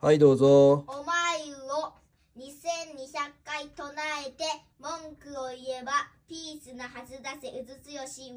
はい、どうぞ。お前を2200回唱えて文句を言えばピースなはずだせうずつよし